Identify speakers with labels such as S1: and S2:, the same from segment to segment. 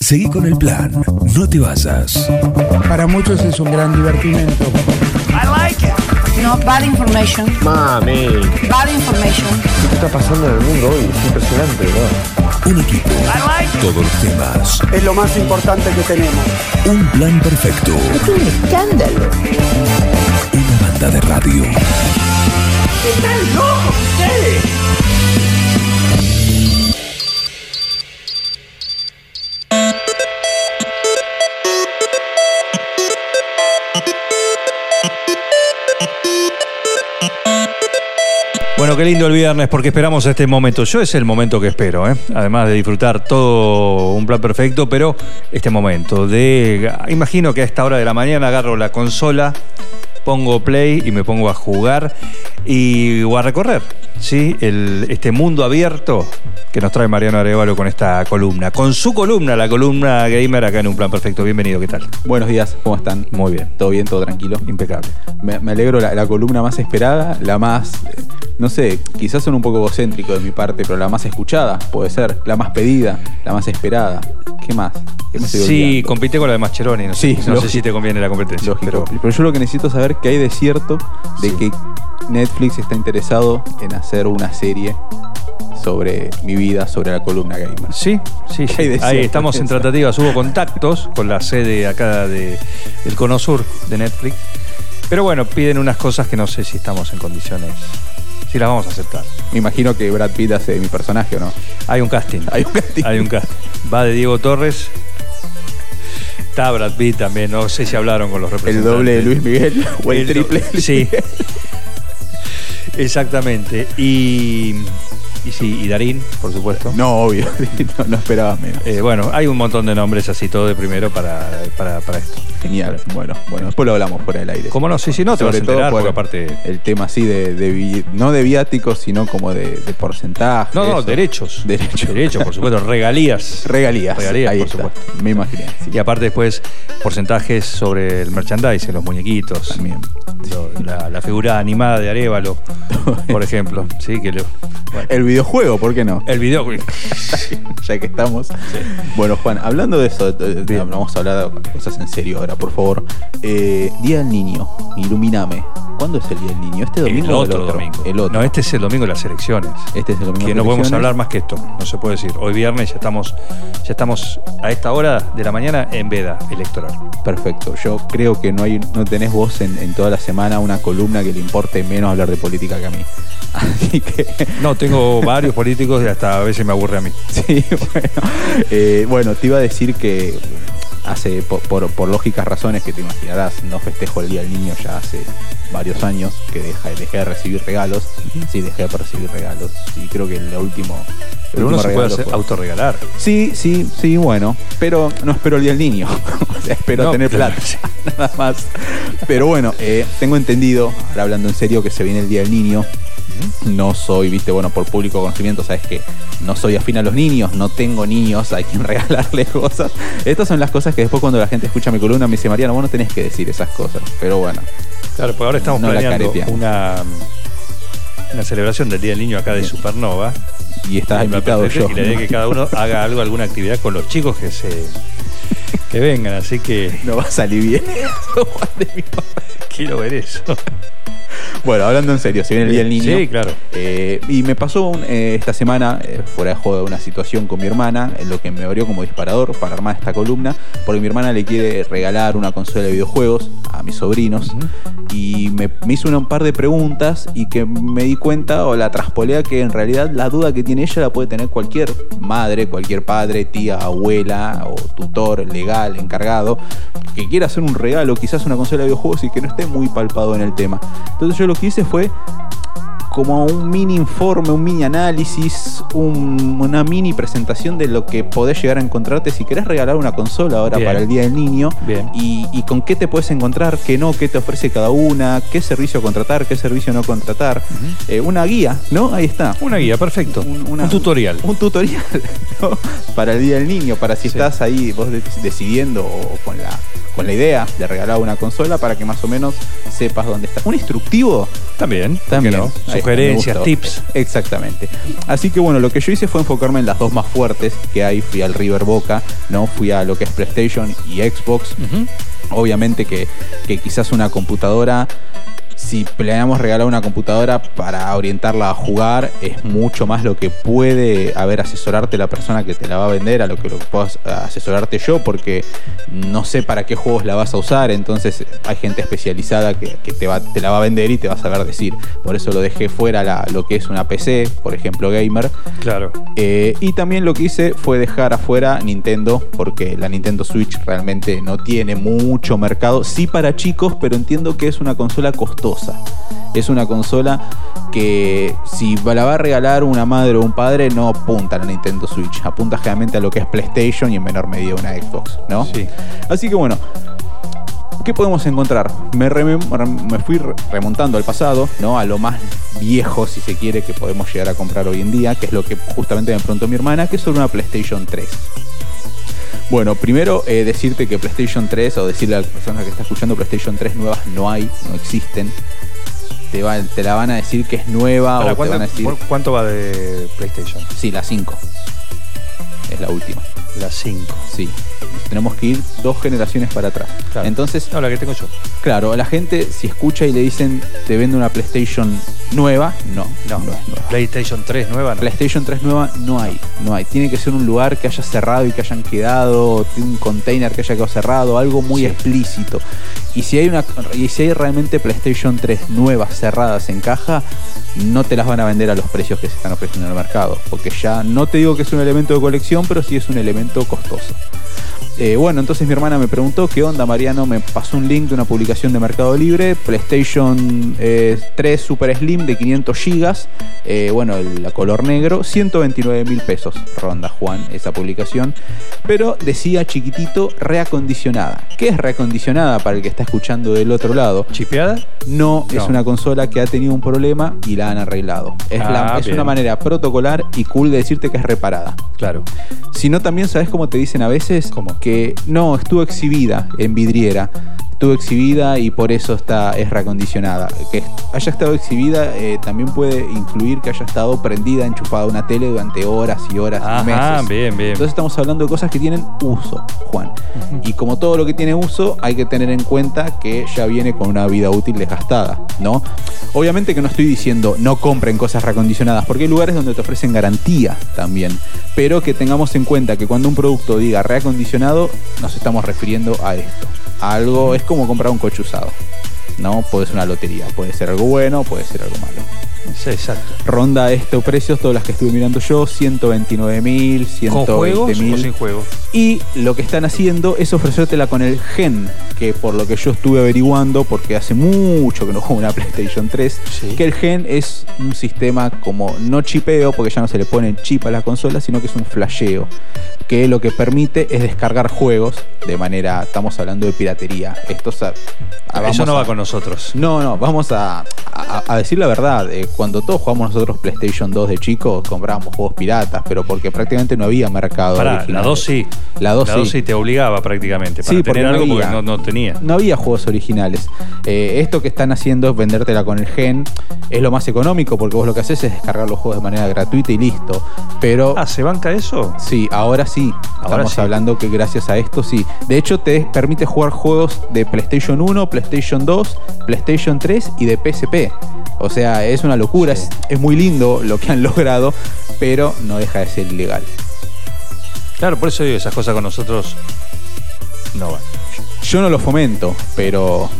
S1: Seguí con el plan, no te vayas.
S2: Para muchos es un gran divertimento.
S3: No, bad information.
S4: Mami,
S3: Bad information.
S4: ¿qué está pasando en el mundo hoy? Es impresionante, ¿no?
S1: Un equipo, todos los temas,
S5: Es lo más importante que tenemos.
S1: un plan perfecto,
S6: Es un escándalo.
S1: una banda de radio.
S7: Bueno, qué lindo el viernes porque esperamos este momento. Yo es el momento que espero, ¿eh? además de disfrutar todo un plan perfecto, pero este momento de, imagino que a esta hora de la mañana agarro la consola, pongo play y me pongo a jugar y o a recorrer, ¿sí? El- este mundo abierto que nos trae Mariano Arevalo con esta columna, con su columna, la columna gamer acá en un plan perfecto. Bienvenido, ¿qué tal?
S8: Buenos días, ¿cómo están?
S7: Muy bien.
S8: ¿Todo bien? ¿Todo tranquilo?
S7: Impecable.
S8: Me, me alegro, la, la columna más esperada, la más, eh, no sé, quizás son un poco egocéntrico de mi parte, pero la más escuchada, puede ser, la más pedida, la más esperada. ¿Qué más? ¿Qué me estoy
S7: Sí,
S8: olvidando?
S7: compite con la de Mascheroni, no, sé-
S8: Sí,
S7: no sé
S8: lógico.
S7: si te conviene la competencia.
S8: Lógico.
S7: pero-
S8: Pero, yo lo que necesito saber que hay de cierto de que Netflix está interesado en hacer una serie sobre mi vida, sobre la columna gamer.
S7: Sí, sí, sí.
S8: hay de
S7: Ahí
S8: cierto
S7: estamos
S8: en
S7: en
S8: eso?
S7: tratativas. Hubo contactos con la sede acá de, del Cono Sur de Netflix. Pero bueno, piden unas cosas que no sé si estamos en condiciones, si las vamos a aceptar.
S8: Me imagino que Brad Pitt hace mi personaje, ¿o no?
S7: Hay un casting.
S8: Hay un casting.
S7: Hay un casting. Va de Diego Torres. Está Brad Pitt también. No sé si hablaron con los
S8: El
S7: representantes.
S8: doble de Luis Miguel o el,
S7: do-
S8: triple. de Luis
S7: Sí.
S8: Miguel.
S7: Exactamente. Y, y sí, y Darín, por supuesto.
S8: No, obvio. No, no esperaba menos.
S7: Eh, bueno, hay un montón de nombres así, todo de primero para, para, para esto.
S8: Genial. Bueno, bueno, después lo hablamos por el aire.
S7: ¿Cómo no? Sí, sí, no, te
S8: Sobre
S7: vas a enterar,
S8: todo
S7: porque
S8: por
S7: aparte...
S8: El tema así de, de vi- no de viáticos, sino como de, de porcentaje.
S7: No, no,
S8: eso.
S7: derechos.
S8: Derechos.
S7: Derechos, por supuesto, regalías.
S8: Regalías.
S7: Regalías,
S8: ahí
S7: por
S8: está.
S7: supuesto.
S8: Me imaginé. sí.
S7: Y aparte después, porcentajes sobre el merchandising, los muñequitos.
S8: También.
S7: Lo- La, la figura animada de Arevalo, por ejemplo. Sí, que lo- bueno.
S8: El videojuego, ¿por qué no?
S7: El video...
S8: ya que estamos. Bueno, Juan, hablando de eso, de- de- vamos a hablar de cosas en serio ahora, por favor. Eh, día del Niño, iluminame. ¿Cuándo es el Día del Niño? ¿Este domingo
S7: El
S8: o el
S7: otro domingo.
S8: El otro.
S7: No, este es el domingo de las elecciones.
S8: Este es el domingo de
S7: Que
S8: las
S7: no podemos
S8: elecciones.
S7: hablar más que esto, no se puede decir. Hoy viernes ya estamos, ya estamos a esta hora de la mañana en veda electoral.
S8: Perfecto. Yo creo que no hay, no tenés vos en, en toda la semana una columna que le importe menos hablar de política que a mí. Así que.
S7: No, tengo varios políticos y hasta a veces me aburre a mí.
S8: Sí, bueno. Eh, bueno, te iba a decir que hace, po- por, por lógicas razones que te imaginarás, no festejo el Día del Niño ya hace varios años que deja, dejé de recibir regalos. Sí, dejé de recibir regalos. Y creo que el último. el
S7: Pero uno
S8: último
S7: se puede
S8: regalo
S7: hacer-
S8: fue-
S7: autorregalar.
S8: Sí, sí, sí, bueno. Pero no espero el día del niño. O sea, espero
S7: No,
S8: tener
S7: claro.
S8: plata. Nada más. Pero bueno, eh, tengo entendido, ahora hablando en serio, que se viene el día del niño. No soy, viste, bueno, por público conocimiento, sabes que no soy afín a los niños, no tengo niños, hay quien regalarles cosas. Estas son las cosas que después cuando la gente escucha mi columna me dice, Mariano, vos no tenés que decir esas cosas. Pero bueno,
S7: Claro, pues ahora estamos
S8: No la
S7: planeando
S8: careteamos.
S7: una, una celebración del Día del Niño acá de Supernova.
S8: y estás
S7: Y la
S8: invitado
S7: perfecta-
S8: yo.
S7: Y la idea es que cada uno haga algo, alguna actividad con los chicos que se que vengan. Así que
S8: No va a salir bien.
S7: quiero ver eso.
S8: Bueno, hablando en serio, se viene el día del niño.
S7: Sí, claro.
S8: Eh, y me pasó un- eh, esta semana, eh, fuera de juego, una situación con mi hermana, en lo que me abrió como disparador para armar esta columna, porque mi hermana le quiere regalar una consola de videojuegos a mis sobrinos. Y me, me hizo un par de preguntas y que me di cuenta, o la traspolea, que en realidad la duda que tiene ella la puede tener cualquier madre, cualquier padre, tía, abuela o tutor legal, encargado, que quiera hacer un regalo, quizás una consola de videojuegos y que no esté muy palpado en el tema. Entonces yo lo que hice fue como un mini informe, un mini análisis, un- una mini presentación de lo que podés llegar a encontrarte si querés regalar una consola ahora
S7: Bien.
S8: para el Día del Niño
S7: Bien.
S8: Y, y con qué te puedes encontrar, qué no, qué te ofrece cada una, qué servicio contratar, qué servicio no contratar. Eh, una guía, ¿no? Ahí está.
S7: Una guía, perfecto.
S8: Un-
S7: Un,
S8: una-
S7: tutorial.
S8: Un tutorial ¿no? para el Día del Niño, para si
S7: Sí.
S8: estás ahí vos de- decidiendo o con la, con la idea de regalar una consola para que más o menos sepas dónde está. Un instructivo
S7: También. ¿por qué
S8: también.
S7: no?
S8: Ahí
S7: Sugerencias,
S8: me gusta.
S7: tips.
S8: Exactamente. Así que bueno, lo que yo hice fue enfocarme en las dos más fuertes que hay. Fui al River Boca, ¿no? Fui a lo que es PlayStation y Xbox. Obviamente que, que quizás una computadora. Si planeamos regalar una computadora para orientarla a jugar, es mucho más lo que puede haber asesorarte la persona que te la va a vender a lo que lo que puedas asesorarte yo, porque no sé para qué juegos la vas a usar. Entonces hay gente especializada que, que te, va, te la va a vender y te va a saber decir. Por eso lo dejé fuera la- lo que es una PC, por ejemplo, gamer.
S7: Claro.
S8: Eh, y también lo que hice fue dejar afuera Nintendo, porque la Nintendo Switch realmente no tiene mucho mercado. Sí para chicos, pero entiendo que es una consola costosa. Es una consola que si la va a regalar una madre o un padre, no apunta a la Nintendo Switch. Apunta generalmente a lo que es PlayStation y en menor medida una Xbox, ¿no?
S7: Sí.
S8: Así que bueno, ¿Qué podemos encontrar? Me, remem- rem- me fui re- remontando al pasado, ¿no? A lo más viejo, si se quiere, que podemos llegar a comprar hoy en día, que es lo que justamente me preguntó mi hermana, que es sobre una PlayStation 3. Bueno, primero eh, decirte que PlayStation 3, o decirle a la persona que está escuchando PlayStation 3 nuevas no hay, no existen. Te, va- te la van a decir que es nueva
S7: Ahora,
S8: o Ah, te
S7: ¿cuánto,
S8: van a decir.
S7: por- cuánto va de PlayStation?
S8: Sí, la 5. Es la última.
S7: La 5.
S8: Sí. Tenemos que ir dos generaciones para atrás.
S7: Claro.
S8: Entonces,
S7: No, la que tengo yo.
S8: Claro, la gente si escucha y le dicen te vende una PlayStation nueva, no,
S7: No,
S8: es nueva.
S7: PlayStation 3 nueva. No.
S8: PlayStation 3 nueva no hay, no hay. Tiene que ser un lugar que haya cerrado y que hayan quedado, tiene un container que haya quedado cerrado, algo muy explícito. Y si hay una y si hay realmente PlayStation 3 nuevas cerradas en caja, no te las van a vender a los precios que se están ofreciendo en el mercado, porque ya no te digo que es un elemento de colección, pero sí es un elemento costoso. Eh, bueno, entonces mi hermana me preguntó qué onda, Mariano. Me pasó un link de una publicación de Mercado Libre, PlayStation eh, 3 Super Slim de 500 gigas, eh, bueno, el- la color negro, 129 mil pesos. Ronda Juan, esa publicación. Pero decía chiquitito, reacondicionada. ¿Qué es reacondicionada para el que está escuchando del otro lado?
S7: ¿Chipeada?
S8: No, es
S7: No.
S8: una consola que ha tenido un problema y la han arreglado. Es, la-
S7: Ah,
S8: es
S7: bien.
S8: una manera protocolar y cool de decirte que es reparada
S7: Claro.
S8: sino también, ¿sabes cómo te dicen a veces?
S7: ¿Cómo?
S8: Que no, estuvo exhibida en vidriera. Estuvo exhibida y por eso está, es reacondicionada. Que haya estado exhibida eh, también puede incluir que haya estado prendida, enchufada a una tele durante horas y horas y
S7: Ajá,
S8: meses.
S7: bien, bien.
S8: Entonces estamos hablando de cosas que tienen uso, Juan. Y como todo lo que tiene uso, hay que tener en cuenta que ya viene con una vida útil desgastada, ¿no? Obviamente que no estoy diciendo no compren cosas reacondicionadas, porque hay lugares donde te ofrecen garantía también. Pero que tengamos en cuenta que cuando un producto diga reacondicionado, nos estamos refiriendo a esto. A algo es como comprar un coche usado. No, puede ser una lotería, puede ser algo bueno, puede ser algo malo.
S7: Sí, exacto.
S8: Ronda estos precios, todas las que estuve mirando yo, 129 mil, 120
S7: ¿Con juegos o
S8: mil.
S7: sin juegos?
S8: Y lo que están haciendo es ofrecértela con el gen, que por lo que yo estuve averiguando, porque hace mucho que no juego una PlayStation 3,
S7: Sí.
S8: que el gen es un sistema como no chipeo, porque ya no se le ponen chip a las consolas, sino que es un flasheo, que lo que permite es descargar juegos de manera, estamos hablando de piratería. Esto es a- a- Ah, vamos
S7: Eso no
S8: a-
S7: va con nosotros.
S8: no, no, vamos a, a- a decir la verdad. eh, cuando todos jugamos nosotros PlayStation 2 de chico, comprábamos juegos piratas, pero porque prácticamente no había mercado.
S7: Pará, la
S8: original.
S7: 2 sí.
S8: La 2
S7: La 2 sí te obligaba prácticamente. Para
S8: Oh, Sí, porque
S7: tener
S8: no
S7: algo
S8: había.
S7: porque no, no tenía.
S8: No había juegos originales. Eh, esto que están haciendo es vendértela con el gen. Es lo más económico porque vos lo que haces es descargar los juegos de manera gratuita y listo. Pero
S7: Ah, ¿se banca eso?
S8: Sí, ahora sí.
S7: Ahora
S8: Estamos
S7: sí.
S8: hablando que gracias a esto sí. De hecho, te permite jugar juegos de PlayStation 1, PlayStation 2, PlayStation 3 y de PSP. O sea, es una locura, es, es muy lindo lo que han logrado, pero no deja de ser ilegal.
S7: Claro, por eso digo, esas cosas con nosotros no van.
S8: Yo no lo fomento, pero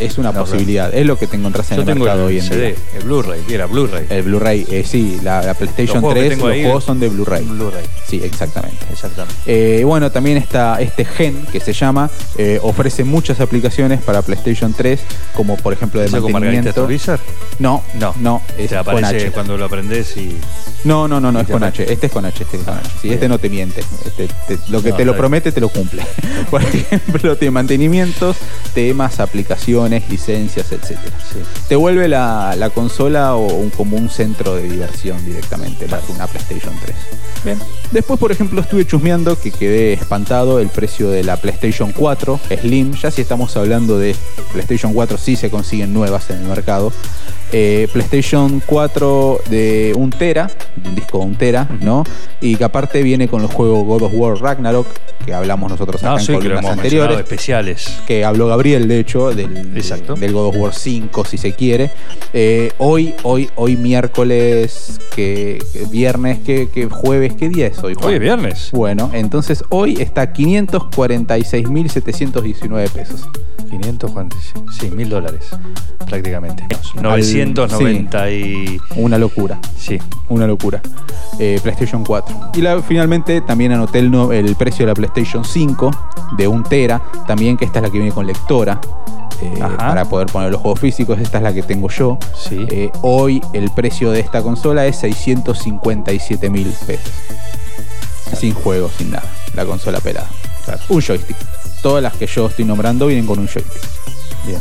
S8: es una
S7: No,
S8: posibilidad. Es lo que te encontrás en
S7: Yo
S8: el
S7: tengo
S8: mercado hoy
S7: el
S8: en
S7: CD,
S8: día.
S7: el Blu-ray, era Blu-ray.
S8: El Blu-ray, eh, sí, la, la PlayStation
S7: juegos que
S8: 3,
S7: tengo
S8: los
S7: ahí,
S8: juegos son de Blu-ray.
S7: Blu-ray,
S8: Sí, exactamente.
S7: exactamente.
S8: Eh, bueno, también está este gen que se llama, eh, ofrece muchas aplicaciones para PlayStation 3, como por ejemplo de
S7: ¿Eso con Margarita
S8: mantenimiento.
S7: Stolbizer?
S8: No,
S7: No,
S8: no, no, es
S7: Te
S8: con H.
S7: aparece cuando lo aprendes y.
S8: No, no, no, no, es
S7: te
S8: con
S7: aparece.
S8: H. Este es con H, este es con H. Sí,
S7: Ah, bien.
S8: este no te miente. Este, te- lo que
S7: No,
S8: te lo
S7: está
S8: promete, te lo cumple. por ejemplo, de mantenimientos, temas, aplicaciones, aplicaciones, licencias, etcétera. Te vuelve la, la consola o un, como un centro de diversión directamente, la- una PlayStation 3. Después, por ejemplo, estuve chusmeando que quedé espantado el precio de la PlayStation 4 Slim. Ya si estamos hablando de PlayStation 4, sí se consiguen nuevas en el mercado. Eh, PlayStation 4 de 1 tera, un disco de 1 tera, ¿no? Y que aparte viene con los juegos God of War Ragnarok, que hablamos nosotros acá
S7: Ah,
S8: en
S7: sí, que lo
S8: columnas
S7: hemos mencionado,
S8: anteriores
S7: especiales.
S8: que habló Gabriel, de hecho, del,
S7: Exacto.
S8: del God of War 5, si se quiere. Eh, hoy, hoy, hoy miércoles, que, que viernes, que, que jueves, ¿qué día es hoy? Juan?
S7: Hoy es viernes.
S8: Bueno, entonces hoy está a 546.719 pesos.
S7: 546 mil dólares, prácticamente. 990 y...
S8: Una locura.
S7: Sí.
S8: Una locura. Eh, PlayStation 4. Y la- finalmente también anoté el, no- el precio de la PlayStation 5 de 1 tera. También que esta es la que viene con lectora. eh,
S7: Ajá.
S8: para poder poner los juegos físicos. Esta es la que tengo yo.
S7: Sí.
S8: Eh, hoy el precio de esta consola es 657 mil pesos. Sin juego, sin nada. La consola pelada. Un joystick. Todas las que yo estoy nombrando vienen con un joystick. Bien.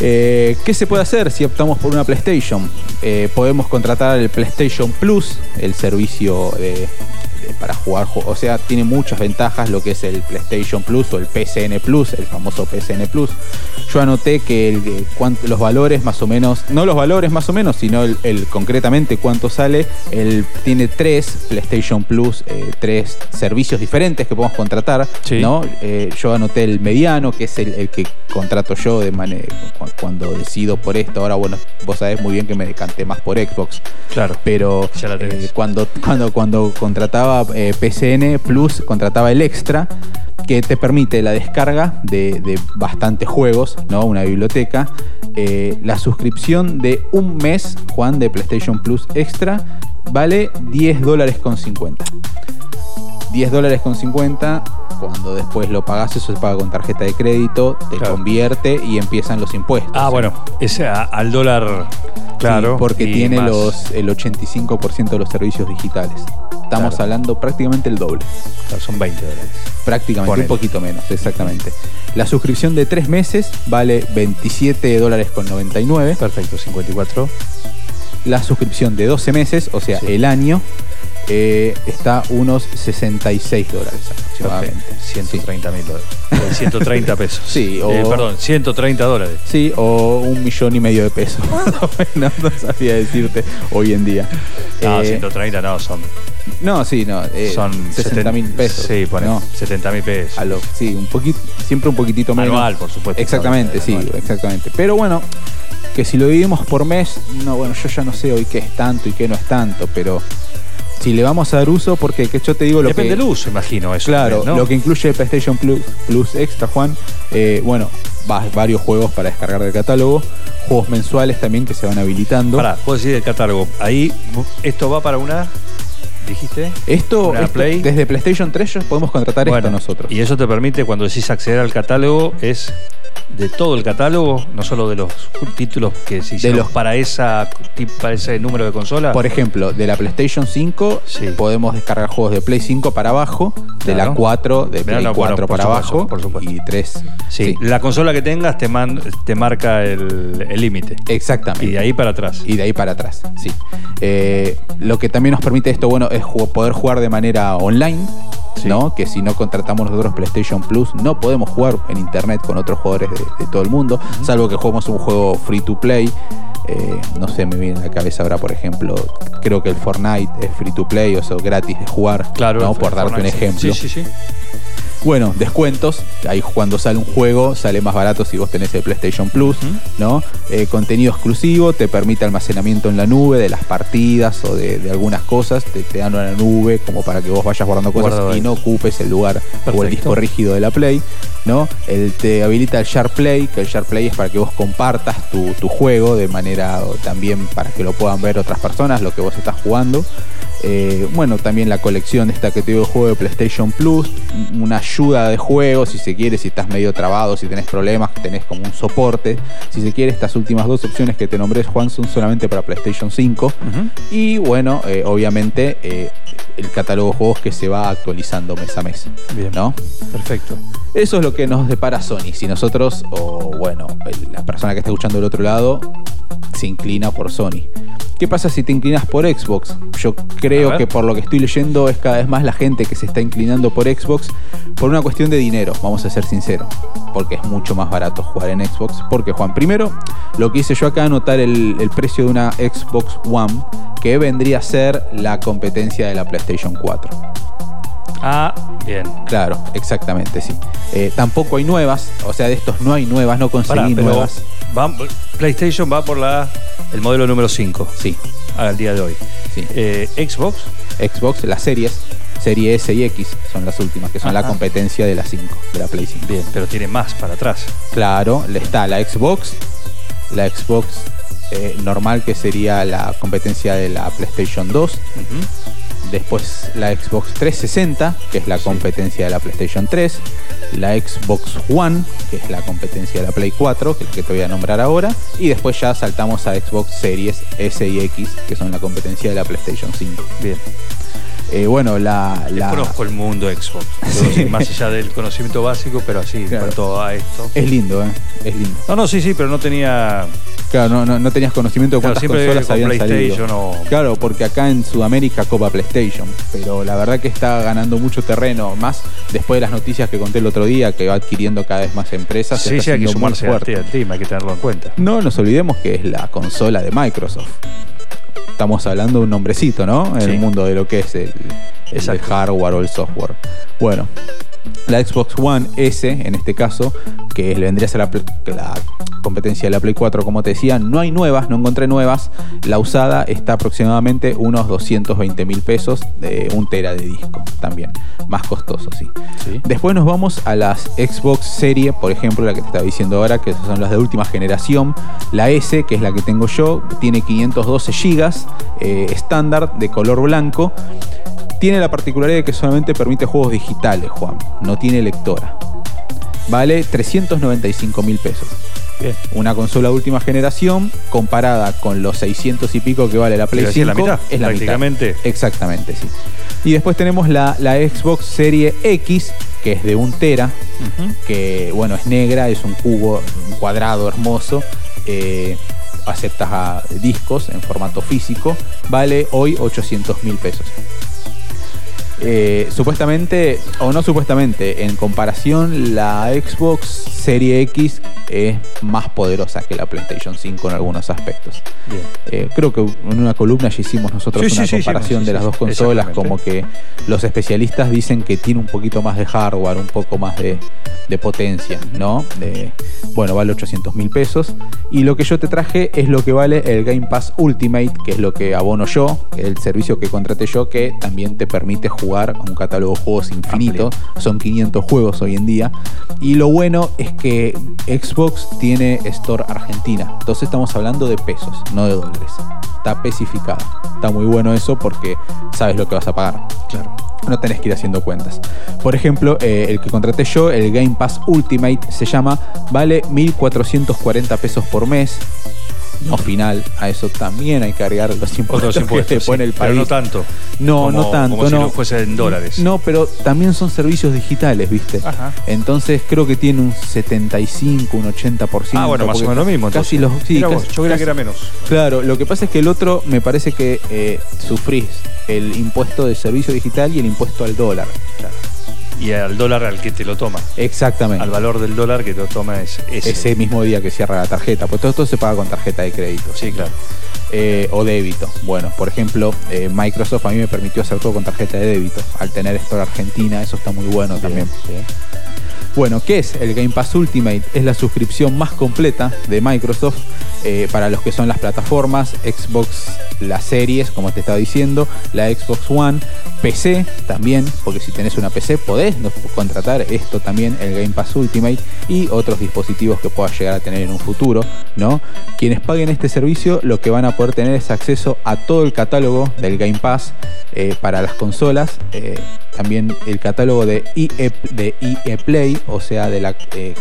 S8: Eh, ¿Qué se puede hacer si optamos por una PlayStation? Eh, podemos contratar el PlayStation Plus, el servicio de- de- para jugar. ju- O sea, tiene muchas ventajas lo que es el PlayStation Plus o el PCN Plus, el famoso PCN Plus. Yo anoté que el- que cuán- los valores más o menos, no los valores más o menos, sino el, el concretamente cuánto sale. El, tiene tres PlayStation Plus, eh, tres servicios diferentes que podemos contratar.
S7: Sí.
S8: ¿no? Eh, yo anoté el mediano, que es el, el que contrato yo de mane- cu- cuando decido por esto. Ahora, bueno, vos sabés muy bien que me decanté más por Xbox.
S7: Claro.
S8: Pero
S7: Ya la tenés.
S8: eh, cuando, cuando, cuando contrataba eh, PCN Plus, contrataba el extra, que te permite la descarga de, de bastantes juegos, ¿no? Una biblioteca. Eh, la suscripción de un mes, Juan, de PlayStation Plus Extra, vale 10 dólares con 50. 10 dólares con 50, cuando después lo pagas, eso se paga con tarjeta de crédito, te
S7: Claro.
S8: convierte y empiezan los impuestos.
S7: Ah, bueno, es a- al dólar. Claro.
S8: Sí, porque
S7: y
S8: tiene
S7: más.
S8: los, el 85% de los servicios digitales. Estamos
S7: Claro.
S8: hablando prácticamente el doble.
S7: Claro, Son 20 dólares.
S8: Prácticamente,
S7: Ponele.
S8: un poquito menos, exactamente. La suscripción de 3 meses vale 27 dólares con 99.
S7: Perfecto, 54.
S8: La suscripción de 12 meses, o sea,
S7: Sí.
S8: el año, eh, está unos 66 dólares aproximadamente.
S7: Perfecto,
S8: Sí.
S7: 130 mil dólares. Eh, 130 pesos.
S8: Sí, o-
S7: Eh, perdón, 130 dólares.
S8: Sí, o un millón y medio de pesos. no, no sabía decirte hoy en día.
S7: No,
S8: Eh,
S7: 130 no, son,
S8: no, sí, no. eh,
S7: son
S8: 60
S7: seten-
S8: mil pesos.
S7: Sí, pone
S8: No,
S7: 70 mil pesos.
S8: a lo- sí, un poquito, siempre un poquitito menos.
S7: Anual, por supuesto.
S8: Exactamente, sí,
S7: Anual.
S8: exactamente. Pero bueno, que si lo dividimos por mes, no, bueno, yo ya no sé hoy qué es tanto y qué no es tanto, pero si le vamos a dar uso, porque que yo te digo lo
S7: Depende
S8: que.
S7: del uso, imagino. Eso
S8: Claro,
S7: también, ¿no?
S8: lo que incluye el PlayStation Plus, Plus Extra, Juan, eh, bueno, va- varios juegos para descargar del catálogo, juegos mensuales también que se van habilitando.
S7: Pará, puedo decir el catálogo. Ahí, esto va para una. ¿Dijiste?
S8: Esto,
S7: Una
S8: esto-
S7: Play.
S8: desde PlayStation 3 ya podemos contratar
S7: Bueno,
S8: esto nosotros.
S7: Y eso te permite, cuando decís acceder al catálogo, es de todo el catálogo, no solo de los títulos que se hicieron
S8: los-
S7: para, esa, para ese número de consolas.
S8: Por ejemplo, de la PlayStation 5
S7: Ah. Sí.
S8: podemos descargar juegos de Play 5 para abajo, de
S7: Claro.
S8: la 4 de
S7: Claro,
S8: Play
S7: no,
S8: 4
S7: bueno, por
S8: para
S7: supuesto,
S8: abajo
S7: por supuesto.
S8: y 3.
S7: Sí, la consola que tengas te, man- te marca el el límite.
S8: Exactamente.
S7: Y de ahí para atrás.
S8: Eh. Y de ahí para atrás, sí. Eh, lo que también nos permite esto, bueno, es ju- poder jugar de manera online,
S7: Sí.
S8: ¿no? Que si no contratamos nosotros PlayStation Plus, no podemos jugar en internet con otros jugadores de, de todo el mundo, salvo que juguemos un juego free to play. Eh, no sé, me viene en la cabeza ahora, por ejemplo, creo que el Fortnite es free to play, o sea, gratis de jugar,
S7: claro,
S8: ¿no?
S7: el-
S8: Por
S7: el
S8: darte un
S7: Fortnite, sí.
S8: ejemplo.
S7: Sí, sí, sí.
S8: Bueno, descuentos. Ahí cuando sale un juego sale más barato si vos tenés el PlayStation Plus, ¿no? Eh, contenido exclusivo, te permite almacenamiento en la nube de las partidas o de, de algunas cosas. Te, te dan una nube como para que vos vayas guardando cosas
S7: Guarda,
S8: y no ocupes el lugar o
S7: Perfecto.
S8: el disco rígido de la Play, ¿no? El, te habilita el Share Play, que el Share Play es para que vos compartas tu, tu juego de manera o también para que lo puedan ver otras personas, lo que vos estás jugando. Eh, bueno, también la colección esta que te digo, juego de PlayStation Plus, m- una ayuda de juego, si se quiere, si estás medio trabado, si tenés problemas, tenés como un soporte. Si se quiere, estas últimas dos opciones que te nombré, Juan, son solamente para PlayStation 5. Y bueno, eh, obviamente eh, el catálogo de juegos que se va actualizando mes a mes.
S7: Bien.
S8: ¿No?
S7: Perfecto.
S8: Eso es lo que nos depara Sony. Si nosotros, o bueno, el- la persona que está escuchando del otro lado, se inclina por Sony. ¿Qué pasa si te inclinas por Xbox? Yo
S7: A
S8: creo
S7: ver.
S8: que por lo que estoy leyendo es cada vez más la gente que se está inclinando por Xbox por una cuestión de dinero, vamos a ser sinceros. Porque es mucho más barato jugar en Xbox. Porque, Juan, primero, lo que hice yo acá, anotar el, el precio de una Xbox One, que vendría a ser la competencia de la PlayStation 4.
S7: Ah, bien.
S8: Claro, exactamente, sí. Eh, tampoco hay nuevas, o sea, de estos no hay nuevas, no conseguí
S7: Pará, pero
S8: nuevas.
S7: va- PlayStation va por la el modelo número 5
S8: Sí,
S7: al día de hoy.
S8: sí.
S7: Eh, Xbox,
S8: Xbox, las series, serie S y X son las últimas, que son la
S7: Ajá.
S8: competencia de la 5, de la Play 5.
S7: bien, pero tiene más para atrás.
S8: Claro, le está la Xbox, la Xbox eh, normal, que sería la competencia de la PlayStation 2. Después la Xbox 360, que es la competencia de la PlayStation 3. La Xbox One, que es la competencia de la Play 4, que es la que te voy a nombrar ahora. Y después ya saltamos a Xbox Series S y X, que son la competencia de la PlayStation 5.
S7: Bien.
S8: Eh, bueno, la... la-
S7: Conozco el mundo Xbox.
S8: Sí.
S7: Digo, Más allá del conocimiento básico, pero así,
S8: Claro.
S7: en cuanto a esto.
S8: es lindo, ¿eh? Es lindo.
S7: No, no, sí, sí, pero no tenía.
S8: Claro, no, no, no tenías conocimiento de
S7: Claro,
S8: cuántas
S7: siempre
S8: consolas
S7: con
S8: habían
S7: PlayStation
S8: salido.
S7: o-
S8: Claro, porque acá en Sudamérica copa PlayStation, pero la verdad que está ganando mucho terreno, más después de las noticias que conté el otro día, que va adquiriendo cada vez más empresas. se
S7: Sí,
S8: está
S7: sí, hay que
S8: haciendo muy
S7: sumarse al
S8: fuerte.
S7: al tema, este, hay que tenerlo en cuenta.
S8: No nos olvidemos que es la consola de Microsoft. Estamos hablando de un nombrecito, ¿no? En
S7: Sí.
S8: el mundo de lo que es el, el
S7: Exacto.
S8: hardware o el software. Bueno, la Xbox One S, en este caso, que le vendría a ser la, pl- la competencia de la Play 4, como te decía, no hay nuevas, no encontré nuevas. La usada está aproximadamente unos 220 mil pesos, de un tera de disco también. Más costoso, sí. Después nos vamos a las Xbox serie, por ejemplo, la que te estaba diciendo ahora, que son las de última generación. La S, que es la que tengo yo, tiene 512 GB, eh, estándar, de color blanco. Tiene la particularidad de que solamente permite juegos digitales, Juan. No tiene lectora. Vale 395 mil pesos.
S7: Bien.
S8: Una consola de última generación comparada con los 600 y pico que vale la Play
S7: Iba a decir
S8: 5
S7: la mitad,
S8: es la
S7: prácticamente.
S8: mitad. Exactamente, sí. Y después tenemos la, la Xbox Serie X, que es de un tera, que bueno, es negra, es un cubo, un cuadrado hermoso. eh, aceptas a discos en formato físico. Vale hoy 800 mil pesos. Eh, supuestamente, o no supuestamente, en comparación, la Xbox Serie X es más poderosa que la PlayStation 5 en algunos aspectos.
S7: Bien.
S8: Eh, creo que en una columna ya hicimos nosotros
S7: Sí,
S8: una
S7: sí, sí,
S8: comparación
S7: hicimos, sí,
S8: de las
S7: sí,
S8: dos consolas,
S7: exactamente.
S8: como que los especialistas dicen que tiene un poquito más de hardware, un poco más de, de potencia, ¿no? De, bueno, vale 800 mil pesos. Y lo que yo te traje es lo que vale el Game Pass Ultimate, que es lo que abono yo, el servicio que contraté yo, que también te permite jugar a un catálogo de juegos infinito. Son 500 juegos hoy en día. Y lo bueno es que Xbox tiene Store Argentina. Entonces estamos hablando de pesos, no de dólares. Está pesificado. Está muy bueno eso porque sabes lo que vas a pagar. Claro. No tenés que ir haciendo cuentas. Por ejemplo, eh, el que contraté yo, el Game Pass Ultimate, se llama, vale 1.440 pesos por mes. No final, a eso también hay que agregar los impuestos,
S7: Otros impuestos.
S8: que te
S7: sí,
S8: pone el país.
S7: Pero no tanto.
S8: No,
S7: como-
S8: no tanto.
S7: Como si
S8: no.
S7: no fuese en dólares.
S8: No, pero también son servicios digitales, ¿viste?
S7: Ajá.
S8: Entonces creo que tiene un 75, un 80%.
S7: Ah, bueno, más o
S8: porque
S7: menos lo mismo.
S8: Casi
S7: entonces.
S8: los. sí,
S7: Mira vos,
S8: casi-
S7: yo creía
S8: casi-
S7: que era menos.
S8: Claro, lo que pasa es que el otro me parece que eh, sufrís el impuesto de servicio digital y el impuesto al dólar.
S7: Y al dólar al que te lo toma.
S8: Exactamente.
S7: Al valor del dólar que te lo toma es ese.
S8: Ese mismo día que cierra la tarjeta. Pues todo esto se paga con tarjeta de crédito.
S7: Sí, claro.
S8: eh, o débito. Bueno, por ejemplo, eh, Microsoft a mí me permitió hacer todo con tarjeta de débito. Al tener Store Argentina, eso está muy bueno también. Bueno, ¿qué es el Game Pass Ultimate? Es la suscripción más completa de Microsoft eh, para los que son las plataformas, Xbox, las series, como te estaba diciendo, la Xbox One, PC también, porque si tenés una PC podés no- contratar esto también, el Game Pass Ultimate, y otros dispositivos que puedas llegar a tener en un futuro, ¿no? Quienes paguen este servicio lo que van a poder tener es acceso a todo el catálogo del Game Pass eh, para las consolas. eh, también el E, catálogo de EA, de EA Play, o sea, de la, eh,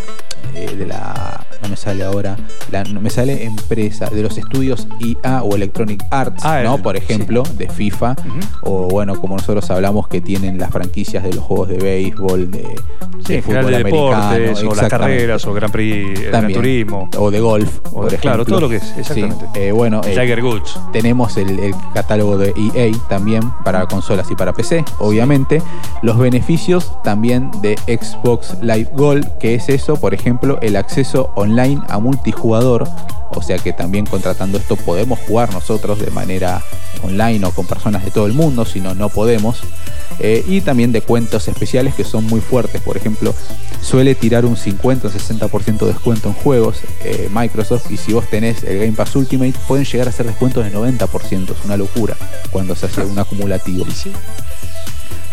S8: eh, de la no me sale ahora, la- no me sale empresa de los estudios IA o Electronic Arts,
S7: Ah,
S8: ¿no?
S7: el-
S8: Por ejemplo, de FIFA, o bueno, como nosotros hablamos que tienen las franquicias de los juegos de béisbol, de,
S7: Sí,
S8: de
S7: en
S8: fútbol
S7: general de
S8: americano,
S7: deportes, o las
S8: exactamente.
S7: carreras, o Gran Prix, eh, Gran
S8: También.
S7: Turismo,
S8: O de golf,
S7: O
S8: por
S7: de- claro,
S8: ejemplo.
S7: todo lo que es,
S8: Sí,
S7: exactamente.
S8: eh, bueno, eh,
S7: Tiger Woods.
S8: tenemos el, el catálogo de EA también para consolas y para PC, obviamente. Los beneficios también de Xbox Live Gold, que es eso, por ejemplo, el acceso online a multijugador. O sea que también contratando esto podemos jugar nosotros de manera online o con personas de todo el mundo, si no, no podemos. Eh, y también de cuentos especiales que son muy fuertes. Por ejemplo, suele tirar un 50 o 60% de descuento en juegos eh, Microsoft. Y si vos tenés el Game Pass Ultimate, pueden llegar a hacer descuentos del 90%. Es una locura cuando se hace un acumulativo.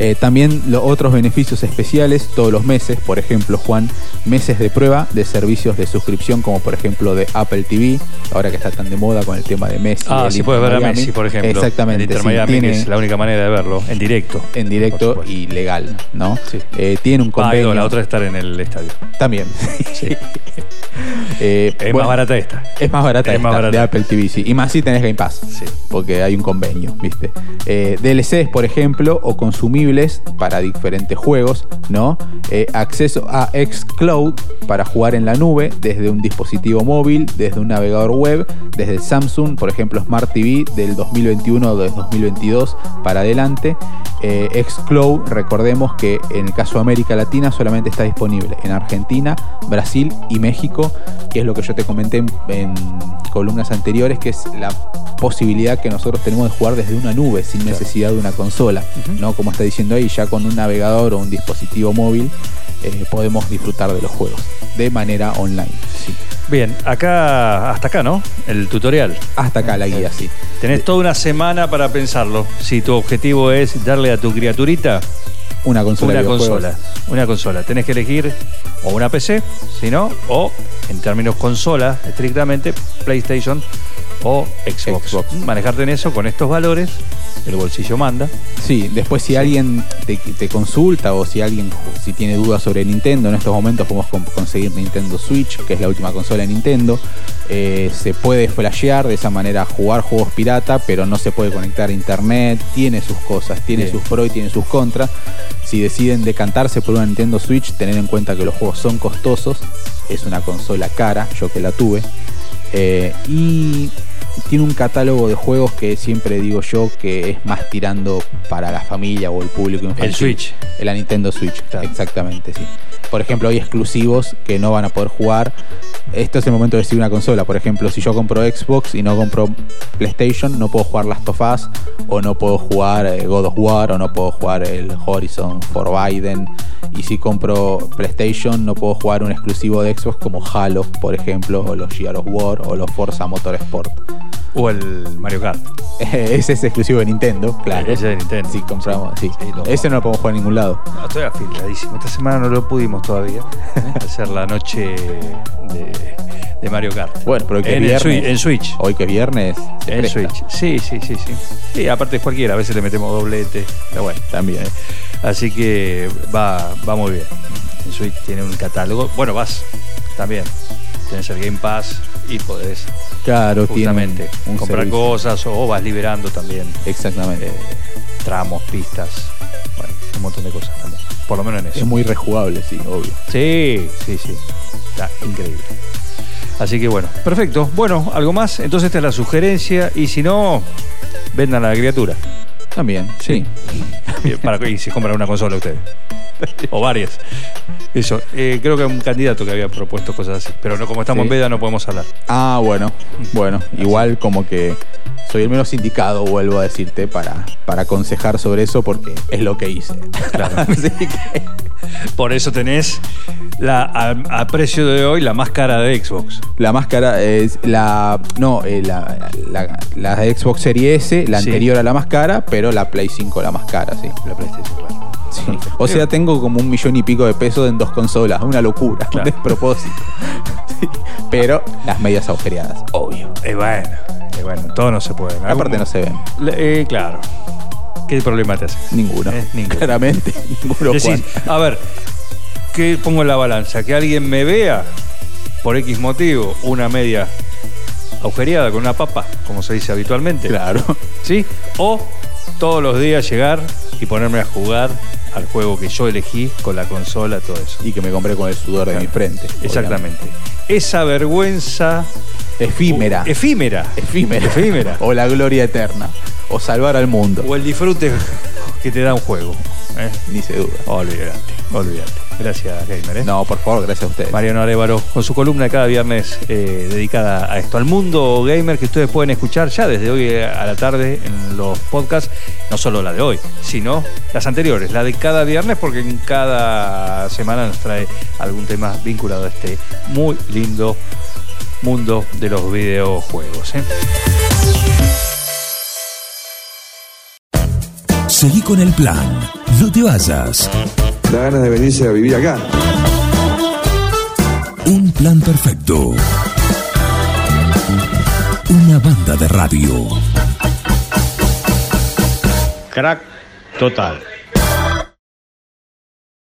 S8: Eh, también los otros beneficios especiales todos los meses, por ejemplo, Juan, meses de prueba de servicios de suscripción, como por ejemplo de Apple TV, ahora que está tan de moda con el tema de Messi.
S7: Ah,
S8: el
S7: sí
S8: Inter
S7: puedes ver a
S8: Miami.
S7: Messi, por ejemplo.
S8: Exactamente.
S7: El Inter
S8: sí,
S7: Miami, que
S8: tiene-
S7: es la única manera de verlo, en directo.
S8: en
S7: Por
S8: directo
S7: supuesto.
S8: y legal, ¿no?
S7: Sí.
S8: Eh, tiene un
S7: Ah,
S8: convenio.
S7: digo, la otra es estar en el estadio.
S8: También. Eh,
S7: Es
S8: bueno,
S7: más barata esta.
S8: Es más barata
S7: Es
S8: esta,
S7: más barata.
S8: de Apple TV, sí. Y más si tenés Game Pass.
S7: Sí.
S8: Porque hay un convenio, ¿viste? Eh, DLCs, por ejemplo, o consumibles para diferentes juegos, ¿no? Eh, acceso a Xcloud para jugar en la nube desde un dispositivo móvil, desde un navegador web, desde el Samsung, por ejemplo, Smart TV del 2021 o del 2022 para adelante. Eh, Xcloud, recordemos que en el caso de América Latina solamente está disponible en Argentina, Brasil y México, que es lo que yo te comenté en, en columnas anteriores, que es la posibilidad que nosotros tenemos de jugar desde una nube sin necesidad de una consola, ¿no? Como está diciendo ahí, ya con un navegador o un dispositivo móvil eh, podemos disfrutar de los juegos de manera online. sí.
S7: Bien, acá, hasta acá, ¿no? El tutorial.
S8: Hasta acá la guía, sí.
S7: Tenés toda una semana para pensarlo. Si tu objetivo es darle a tu criaturita
S8: Una consola.
S7: una
S8: de videojuegos.
S7: consola. Una consola. Tenés que elegir o una PC, si no, o en términos consola, estrictamente, PlayStation o Xbox.
S8: Xbox.
S7: Manejarte en eso con estos valores, el bolsillo manda.
S8: Sí, después si alguien te, te consulta o si alguien si tiene dudas sobre Nintendo, en estos momentos podemos con- conseguir Nintendo Switch, que es la última consola de Nintendo. Eh, se puede flashear de esa manera, jugar juegos pirata, pero no se puede conectar a internet. Tiene sus cosas, tiene
S7: Bien.
S8: sus pros y tiene sus contras. Si deciden decantarse por una Nintendo Switch, tener en cuenta que los juegos son costosos. Es una consola cara, yo que la tuve. Eh, y tiene un catálogo de juegos que siempre digo yo que es más tirando para la familia o el público infantil.
S7: El Switch.
S8: La Nintendo Switch, exactamente, sí. Por ejemplo, hay exclusivos que no van a poder jugar. Esto es el momento de decir una consola. Por ejemplo, si yo compro Xbox y no compro PlayStation, no puedo jugar Last of Us, o no puedo jugar eh, God of War, o no puedo jugar el Horizon for Biden. Y si compro PlayStation, no puedo jugar un exclusivo de Xbox como Halo, por ejemplo, o los Gears of War, o los Forza Motorsport.
S7: O el Mario Kart.
S8: Ese es exclusivo de Nintendo, claro.
S7: Ese es de Nintendo.
S8: Sí, compramos, sí.
S7: Sí, lo
S8: Ese no lo podemos jugar en ningún lado.
S7: No, estoy afiladísimo. Esta semana no lo pudimos todavía ¿eh? hacer la noche de, de Mario Kart.
S8: Bueno, pero que es
S7: en, el
S8: viernes.
S7: Switch, en Switch.
S8: Hoy que es viernes. se
S7: En
S8: presta.
S7: Switch. Sí, sí, sí, sí. Sí, aparte es cualquiera. A veces le metemos doblete. Pero bueno.
S8: También.
S7: Así que va, va muy bien. En Switch tiene un catálogo. Bueno, vas también. Tienes el Game Pass y podés
S8: Claro, tiene
S7: justamente
S8: un
S7: comprar
S8: servicio.
S7: cosas o vas liberando también
S8: Exactamente.
S7: eh, tramos, pistas. Bueno, un montón de cosas también. Por lo menos en eso.
S8: es muy rejugable, sí, obvio.
S7: Sí, sí, sí. Está increíble. Así que bueno, perfecto. Bueno, algo más. Entonces esta es la sugerencia y si no, vendan a la criatura.
S8: También, sí.
S7: Eh, Para, y si compran una consola ustedes. O varias. Eso. Eh, creo que un candidato que había propuesto cosas así. Pero no, como estamos
S8: Sí.
S7: en veda no podemos hablar.
S8: Ah, bueno.
S7: Mm.
S8: Bueno, igual como que soy el menos indicado, vuelvo a decirte, para, para aconsejar sobre eso porque es lo que hice.
S7: Claro.
S8: Así que-
S7: Por eso tenés la, a, a precio de hoy la más cara de Xbox.
S8: La máscara es la. No, eh, la, la- la de Xbox Series S, la
S7: Sí.
S8: anterior a la más cara, pero la Play 5 la más cara, sí.
S7: La PlayStation, claro.
S8: Sí. O sea, tengo como un millón y pico de pesos en dos consolas. Una locura,
S7: Claro.
S8: un despropósito. Sí. Pero las medias agujereadas, obvio.
S7: Eh, bueno, eh, bueno, todo no se puede. En algún
S8: Aparte no se ven.
S7: Le- eh, claro. ¿Qué problema te hace?
S8: Ninguno.
S7: Eh, ninguno.
S8: Claramente, ninguno.
S7: Decís,
S8: Juan.
S7: a ver, ¿qué pongo en la balanza? ¿Que alguien me vea? por X motivo, una media agujereada con una papa, como se dice habitualmente.
S8: Claro.
S7: ¿Sí? O todos los días llegar y ponerme a jugar al juego que yo elegí con la consola, todo eso.
S8: Y que me compré con el sudor de mi frente.
S7: Exactamente. Esa vergüenza
S8: obviamente. Efímera.
S7: efímera.
S8: efímera.
S7: Uh, Efímera.
S8: O la gloria eterna. O salvar al mundo.
S7: O el disfrute que te da un juego. ¿eh?
S8: Ni se duda.
S7: Olvídate, olvídate. Gracias, gamer. ¿eh?
S8: No, por favor, gracias a ustedes.
S7: Mariano Arevaro, con su columna cada viernes eh, dedicada a esto, al mundo gamer que ustedes pueden escuchar ya desde hoy eh, a la tarde en los podcasts, no solo la de hoy, sino las anteriores, la de cada viernes, porque en cada semana nos trae algún tema vinculado a este muy lindo mundo de los videojuegos. ¿eh?
S1: Seguí con el plan. No te vayas.
S6: Da ganas de venirse a vivir acá.
S1: Un plan perfecto. Una banda de radio.
S9: Crack total.